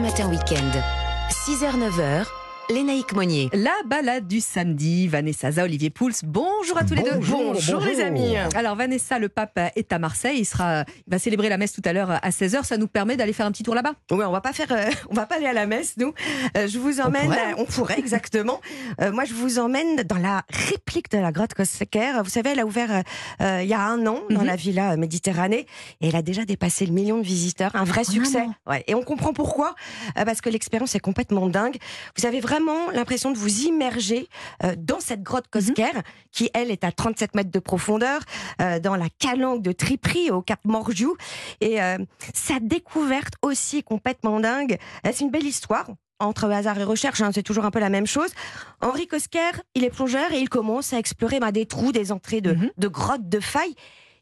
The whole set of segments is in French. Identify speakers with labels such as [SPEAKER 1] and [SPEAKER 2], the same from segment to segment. [SPEAKER 1] matin week-end. 6h-9h, Lénaïque Monnier.
[SPEAKER 2] La balade du samedi, Vanessa Za, Olivier Pouls, bonjour à tous les deux.
[SPEAKER 3] Bonjour, bonjour.
[SPEAKER 2] les amis. Alors Vanessa, le pape est à Marseille, il, sera, il va célébrer la messe tout à l'heure à 16h, ça nous permet d'aller faire un petit tour là-bas.
[SPEAKER 3] Ouais, on va pas faire, euh, on va pas aller à la messe, nous. Euh, je vous emmène,
[SPEAKER 2] pourrait. hein.
[SPEAKER 3] euh, on pourrait exactement. Euh, moi, je vous emmène dans la réplique de la grotte Cossecker. Vous savez, elle a ouvert euh, euh, il y a un an dans
[SPEAKER 2] Mhm.
[SPEAKER 3] la villa euh, Méditerranée et elle a déjà dépassé le million de visiteurs, un vrai
[SPEAKER 2] Quand
[SPEAKER 3] succès.
[SPEAKER 2] même.
[SPEAKER 3] Ouais, et on comprend pourquoi, euh, parce que l'expérience est complètement dingue. Vous avez vraiment l'impression de vous immerger euh, dans cette grotte Cossecker qui, elle, est à 37 mètres de profondeur, euh, dans la calanque de Tripry au Cap Morgiou. Et euh, sa découverte aussi est complètement dingue. Euh, C'est une belle histoire. Entre hasard et recherche, hein, c'est toujours un peu la même chose. Henri Cosquer, il est plongeur et il commence à explorer bah, des trous, des entrées de,
[SPEAKER 2] Mhm.
[SPEAKER 3] de grottes, de failles.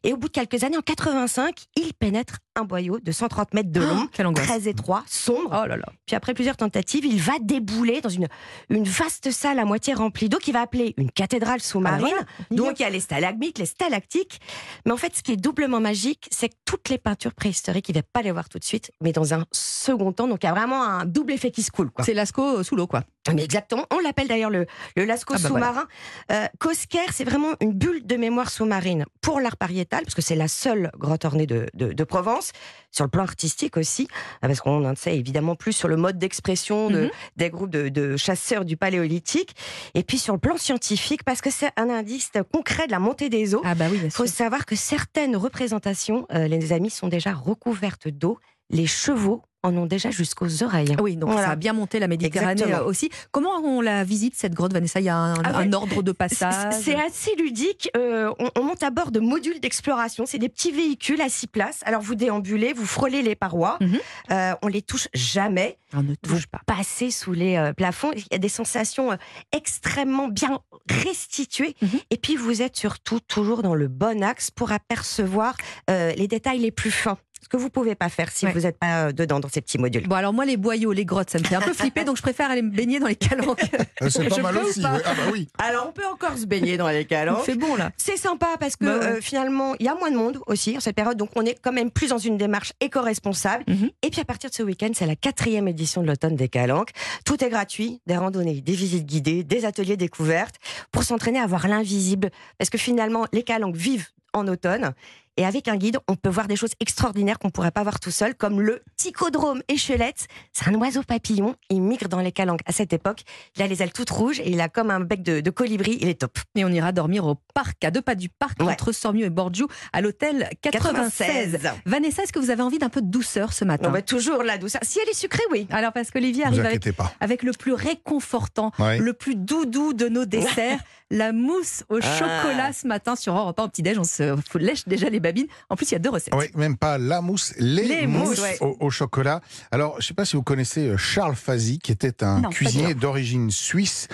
[SPEAKER 3] Et au bout de quelques années, en 85, il pénètre un boyau de 130 mètres de long,
[SPEAKER 2] Oh, quelle angoisse.
[SPEAKER 3] très étroit, sombre.
[SPEAKER 2] Oh là là.
[SPEAKER 3] Puis après plusieurs tentatives, il va débouler dans une, une vaste salle à moitié remplie d'eau qu'il va appeler une cathédrale sous-marine.
[SPEAKER 2] Ah,
[SPEAKER 3] Donc il y a les stalagmites, les stalactiques. Mais en fait, ce qui est doublement magique, c'est que toutes les peintures préhistoriques, il ne va pas les voir tout de suite, mais dans un second temps. Donc il y a vraiment un double effet qui se coule. Quoi.
[SPEAKER 2] C'est Lascaux euh, sous l'eau, quoi.
[SPEAKER 3] Ah, Mais exactement, on l'appelle d'ailleurs le, le Lascaux
[SPEAKER 2] Ah bah voilà.
[SPEAKER 3] sous-marin. Euh, Cosquer, c'est vraiment une bulle de mémoire sous-marine pour l'art pariétal, parce que c'est la seule grotte ornée de, de- de Provence, sur le plan artistique aussi, ah, parce qu'on en sait évidemment plus sur le mode d'expression de-
[SPEAKER 2] Mhm.
[SPEAKER 3] des groupes de, de chasseurs du paléolithique, et puis sur le plan scientifique, parce que c'est un indice concret de la montée des eaux.
[SPEAKER 2] Ah bah oui, bien
[SPEAKER 3] Il faut
[SPEAKER 2] sûr.
[SPEAKER 3] savoir que certaines représentations, euh, les amis, sont déjà recouvertes d'eau. Les chevaux en ont déjà jusqu'aux oreilles.
[SPEAKER 2] Ah Oui, donc
[SPEAKER 3] Voilà.
[SPEAKER 2] ça a bien monté la Méditerranée
[SPEAKER 3] Exactement.
[SPEAKER 2] euh, aussi. Comment on la visite cette grotte, Vanessa Il y a un,
[SPEAKER 3] Ah ouais.
[SPEAKER 2] un ordre de passage
[SPEAKER 3] C'est assez ludique. euh, on, on monte à bord de modules d'exploration. C'est des petits véhicules à six places. Alors vous déambulez, vous frôlez les parois.
[SPEAKER 2] Mhm.
[SPEAKER 3] Euh, on les touche jamais.
[SPEAKER 2] Ah, ne
[SPEAKER 3] Vous
[SPEAKER 2] touche pas.
[SPEAKER 3] passez sous les euh, plafonds. Il y a des sensations euh, extrêmement bien restituées.
[SPEAKER 2] Mhm.
[SPEAKER 3] Et puis vous êtes surtout toujours dans le bon axe pour apercevoir euh, les détails les plus fins. Ce que vous pouvez pas faire si
[SPEAKER 2] Ouais.
[SPEAKER 3] vous n'êtes pas euh, dedans dans ces petits modules.
[SPEAKER 2] Bon, alors moi, les boyaux, les grottes, ça me fait un peu flipper, donc je préfère aller me baigner dans les calanques.
[SPEAKER 4] Euh, C'est pas
[SPEAKER 2] Je
[SPEAKER 4] mal
[SPEAKER 2] peux ou
[SPEAKER 4] aussi.
[SPEAKER 2] pas
[SPEAKER 4] ouais. Ah bah oui.
[SPEAKER 3] Alors on peut encore se baigner dans les
[SPEAKER 2] Il
[SPEAKER 3] calanques.
[SPEAKER 2] fait bon, là.
[SPEAKER 3] C'est sympa parce que
[SPEAKER 2] Bah ouais.
[SPEAKER 3] euh, finalement, il y a moins de monde aussi en cette période, donc on est quand même plus dans une démarche éco-responsable.
[SPEAKER 2] Mhm.
[SPEAKER 3] Et puis à partir de ce week-end, c'est la quatrième édition de l'automne des Calanques. Tout est gratuit, des randonnées, des visites guidées, des ateliers découvertes, pour s'entraîner à voir l'invisible. Parce que finalement, les Calanques vivent en automne. Et avec un guide, on peut voir des choses extraordinaires qu'on ne pourrait pas voir tout seul, comme le ticodrome échelette. C'est un oiseau papillon. Il migre dans les calanques à cette époque. Il a les ailes toutes rouges et il a comme un bec de, de colibri. Il est top.
[SPEAKER 2] Et on ira dormir au parc, à deux pas du parc,
[SPEAKER 3] Ouais.
[SPEAKER 2] entre Sormieux et Bordeaux, à l'hôtel 96. Vanessa, est-ce que vous avez envie d'un peu de douceur ce
[SPEAKER 3] On
[SPEAKER 2] matin
[SPEAKER 3] va toujours la douceur. Si elle est sucrée, oui.
[SPEAKER 2] Alors, parce que Lévi
[SPEAKER 4] Ne bah, vous
[SPEAKER 2] arrive avec,
[SPEAKER 4] inquiétez pas.
[SPEAKER 2] avec le plus réconfortant,
[SPEAKER 4] Ouais.
[SPEAKER 2] le plus doudou de nos desserts, la mousse au
[SPEAKER 3] Ah.
[SPEAKER 2] chocolat ce matin sur Europe 1 au petit-déj. On se fout- lèche déjà les babines. En plus, il y a deux recettes.
[SPEAKER 4] Oui, même pas la mousse, les,
[SPEAKER 2] Les
[SPEAKER 4] mousses,
[SPEAKER 2] mousses, ouais.
[SPEAKER 4] au, au chocolat. Alors, je ne sais pas si vous connaissez euh, Charles Fazi, qui était un
[SPEAKER 2] Non, pas
[SPEAKER 4] cuisinier d'origine suisse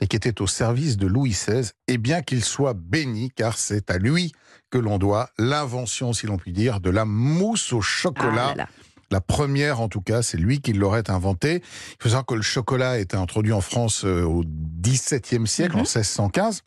[SPEAKER 4] et qui était au service de Louis XVI. Et bien qu'il soit béni, car c'est à lui que l'on doit l'invention, si l'on peut dire, de la mousse au
[SPEAKER 2] Ah
[SPEAKER 4] chocolat.
[SPEAKER 2] là là.
[SPEAKER 4] La première, en tout cas, c'est lui qui l'aurait inventée. Il faut savoir que le chocolat a été introduit en France euh, au XVIIe siècle,
[SPEAKER 2] Mhm.
[SPEAKER 4] en 1615.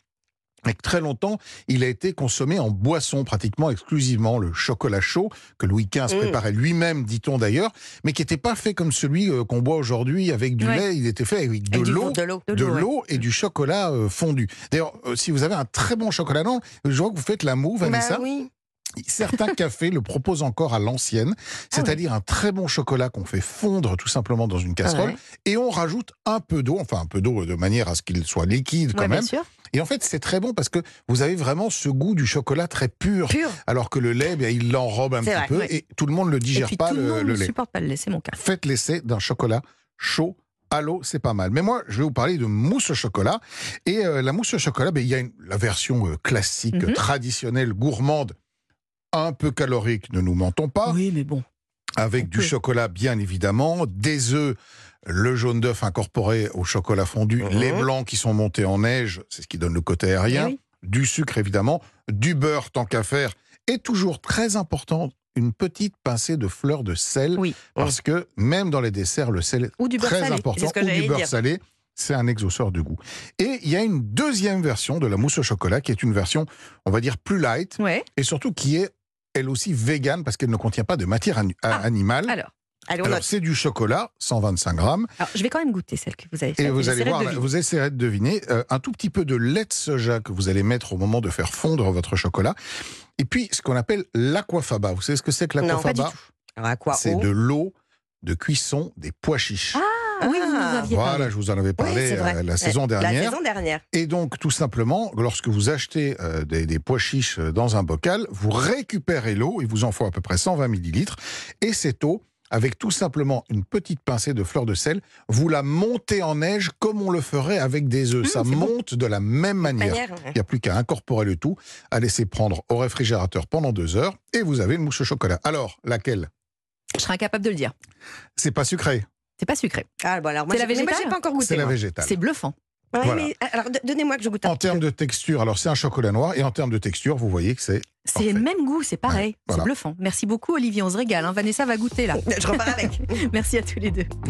[SPEAKER 4] Et que très longtemps, il a été consommé en boisson, pratiquement exclusivement le chocolat chaud, que Louis XV
[SPEAKER 3] Mhm.
[SPEAKER 4] préparait lui-même, dit-on d'ailleurs, mais qui n'était pas fait comme celui euh, qu'on boit aujourd'hui avec du
[SPEAKER 2] Ouais.
[SPEAKER 4] lait. Il était fait avec de
[SPEAKER 3] Avec du
[SPEAKER 4] l'eau,
[SPEAKER 3] cours de l'eau.
[SPEAKER 4] de l'eau et du chocolat euh, fondu. D'ailleurs, euh, si vous avez un très bon chocolat blanc, je vois que vous faites la mouve, Vanessa.
[SPEAKER 3] Bah oui.
[SPEAKER 4] Certains cafés le proposent encore à l'ancienne,
[SPEAKER 3] Ah
[SPEAKER 4] c'est-à-dire un très bon chocolat qu'on fait fondre tout simplement dans une casserole
[SPEAKER 3] Ouais.
[SPEAKER 4] et on rajoute un peu d'eau, enfin un peu d'eau de manière à ce qu'il soit liquide quand
[SPEAKER 3] Ouais,
[SPEAKER 4] même.
[SPEAKER 3] Bien sûr.
[SPEAKER 4] Et en fait, c'est très bon parce que vous avez vraiment ce goût du chocolat très pur,
[SPEAKER 3] Pur.
[SPEAKER 4] alors que le lait, eh bien, il l'enrobe un
[SPEAKER 3] C'est
[SPEAKER 4] petit
[SPEAKER 3] vrai,
[SPEAKER 4] peu
[SPEAKER 3] ouais.
[SPEAKER 4] et tout le monde ne
[SPEAKER 2] Et
[SPEAKER 4] digère
[SPEAKER 2] puis,
[SPEAKER 4] pas
[SPEAKER 2] tout le
[SPEAKER 4] le,
[SPEAKER 2] monde
[SPEAKER 4] le
[SPEAKER 2] ne
[SPEAKER 4] lait.
[SPEAKER 2] supporte pas le lait, c'est mon cas.
[SPEAKER 4] Faites l'essai d'un chocolat chaud à l'eau, c'est pas mal. Mais moi, je vais vous parler de mousse au chocolat. Et euh, la mousse au chocolat, ben, il y a une- la version euh, classique,
[SPEAKER 2] Mhm.
[SPEAKER 4] traditionnelle, gourmande, un peu calorique, ne nous mentons pas,
[SPEAKER 2] Oui, mais bon.
[SPEAKER 4] avec du
[SPEAKER 2] peu.
[SPEAKER 4] chocolat, bien évidemment, des œufs, le jaune d'œuf incorporé au chocolat fondu,
[SPEAKER 3] Mhm.
[SPEAKER 4] les blancs qui sont montés en neige, c'est ce qui donne le côté aérien,
[SPEAKER 2] Eh oui.
[SPEAKER 4] du sucre, évidemment, du beurre, tant qu'à faire, et toujours très important, une petite pincée de fleur de sel.
[SPEAKER 2] Oui.
[SPEAKER 4] Parce que même dans les desserts, le sel est
[SPEAKER 2] Ou du beurre
[SPEAKER 4] très
[SPEAKER 2] salé.
[SPEAKER 3] c'est
[SPEAKER 4] important.
[SPEAKER 3] ce que
[SPEAKER 4] Ou du
[SPEAKER 3] j'allais
[SPEAKER 4] beurre
[SPEAKER 3] dire.
[SPEAKER 4] salé, c'est un exauceur de goût. Et il y a une deuxième version de la mousse au chocolat qui est une version, on va dire, plus light
[SPEAKER 2] Ouais.
[SPEAKER 4] et surtout qui est, elle aussi, végane parce qu'elle ne contient pas de matière ani- a-
[SPEAKER 2] Ah.
[SPEAKER 4] animale.
[SPEAKER 2] Alors,
[SPEAKER 3] Allez, on
[SPEAKER 4] Alors,
[SPEAKER 3] note.
[SPEAKER 4] c'est du chocolat, 125 grammes.
[SPEAKER 2] Alors, je vais quand même goûter celle que vous avez faite.
[SPEAKER 4] Et vous allez
[SPEAKER 2] J'essaierai
[SPEAKER 4] voir,
[SPEAKER 2] de deviner.
[SPEAKER 4] vous essayerez de deviner euh, un tout petit peu de lait de soja que vous allez mettre au moment de faire fondre votre chocolat. Et puis, ce qu'on appelle l'aquafaba. Vous savez ce que c'est que
[SPEAKER 3] Non, pas
[SPEAKER 4] l'aquafaba
[SPEAKER 3] Alors, à quoi
[SPEAKER 4] C'est
[SPEAKER 3] Oh.
[SPEAKER 4] de l'eau de cuisson des pois chiches.
[SPEAKER 2] Ah oui, vous nous aviez parlé.
[SPEAKER 4] voilà, je vous en avais parlé
[SPEAKER 3] c'est vrai.
[SPEAKER 4] euh, la
[SPEAKER 3] Ouais,
[SPEAKER 4] saison
[SPEAKER 3] La
[SPEAKER 4] dernière.
[SPEAKER 3] saison dernière.
[SPEAKER 4] Et donc, tout simplement, lorsque vous achetez euh, des, des pois chiches euh, dans un bocal, vous récupérez l'eau, il vous en faut à peu près 120 millilitres, et cette eau, avec tout simplement une petite pincée de fleur de sel, vous la montez en neige comme on le ferait avec des
[SPEAKER 3] Mmh,
[SPEAKER 4] œufs. Ça monte de la même manière.
[SPEAKER 3] Manière.
[SPEAKER 4] Il n'y a plus qu'à incorporer le tout, à laisser prendre au réfrigérateur pendant deux heures, et vous avez une mousse au chocolat. Alors, laquelle
[SPEAKER 2] Je serais incapable de le dire.
[SPEAKER 4] C'est pas sucré,
[SPEAKER 2] C'est pas sucré.
[SPEAKER 3] Ah, bon, alors, moi,
[SPEAKER 2] C'est la
[SPEAKER 3] j'ai- mais moi,
[SPEAKER 2] végétale
[SPEAKER 3] j'ai pas encore goûté.
[SPEAKER 4] c'est la
[SPEAKER 3] moi.
[SPEAKER 4] végétale.
[SPEAKER 2] C'est bluffant.
[SPEAKER 3] Ouais,
[SPEAKER 4] Voilà.
[SPEAKER 3] mais, alors, do- donnez-moi que je goûte un
[SPEAKER 4] En
[SPEAKER 3] petit
[SPEAKER 4] termes
[SPEAKER 3] peu.
[SPEAKER 4] de texture, alors c'est un chocolat noir, et en termes de texture, vous voyez que c'est
[SPEAKER 2] C'est le
[SPEAKER 4] Parfait.
[SPEAKER 2] même goût, c'est pareil.
[SPEAKER 4] voilà.
[SPEAKER 2] C'est bluffant. Merci beaucoup, Olivier. On se régale. hein. Vanessa va goûter là.
[SPEAKER 4] Oh.
[SPEAKER 3] Je repars avec.
[SPEAKER 2] Merci à tous les deux.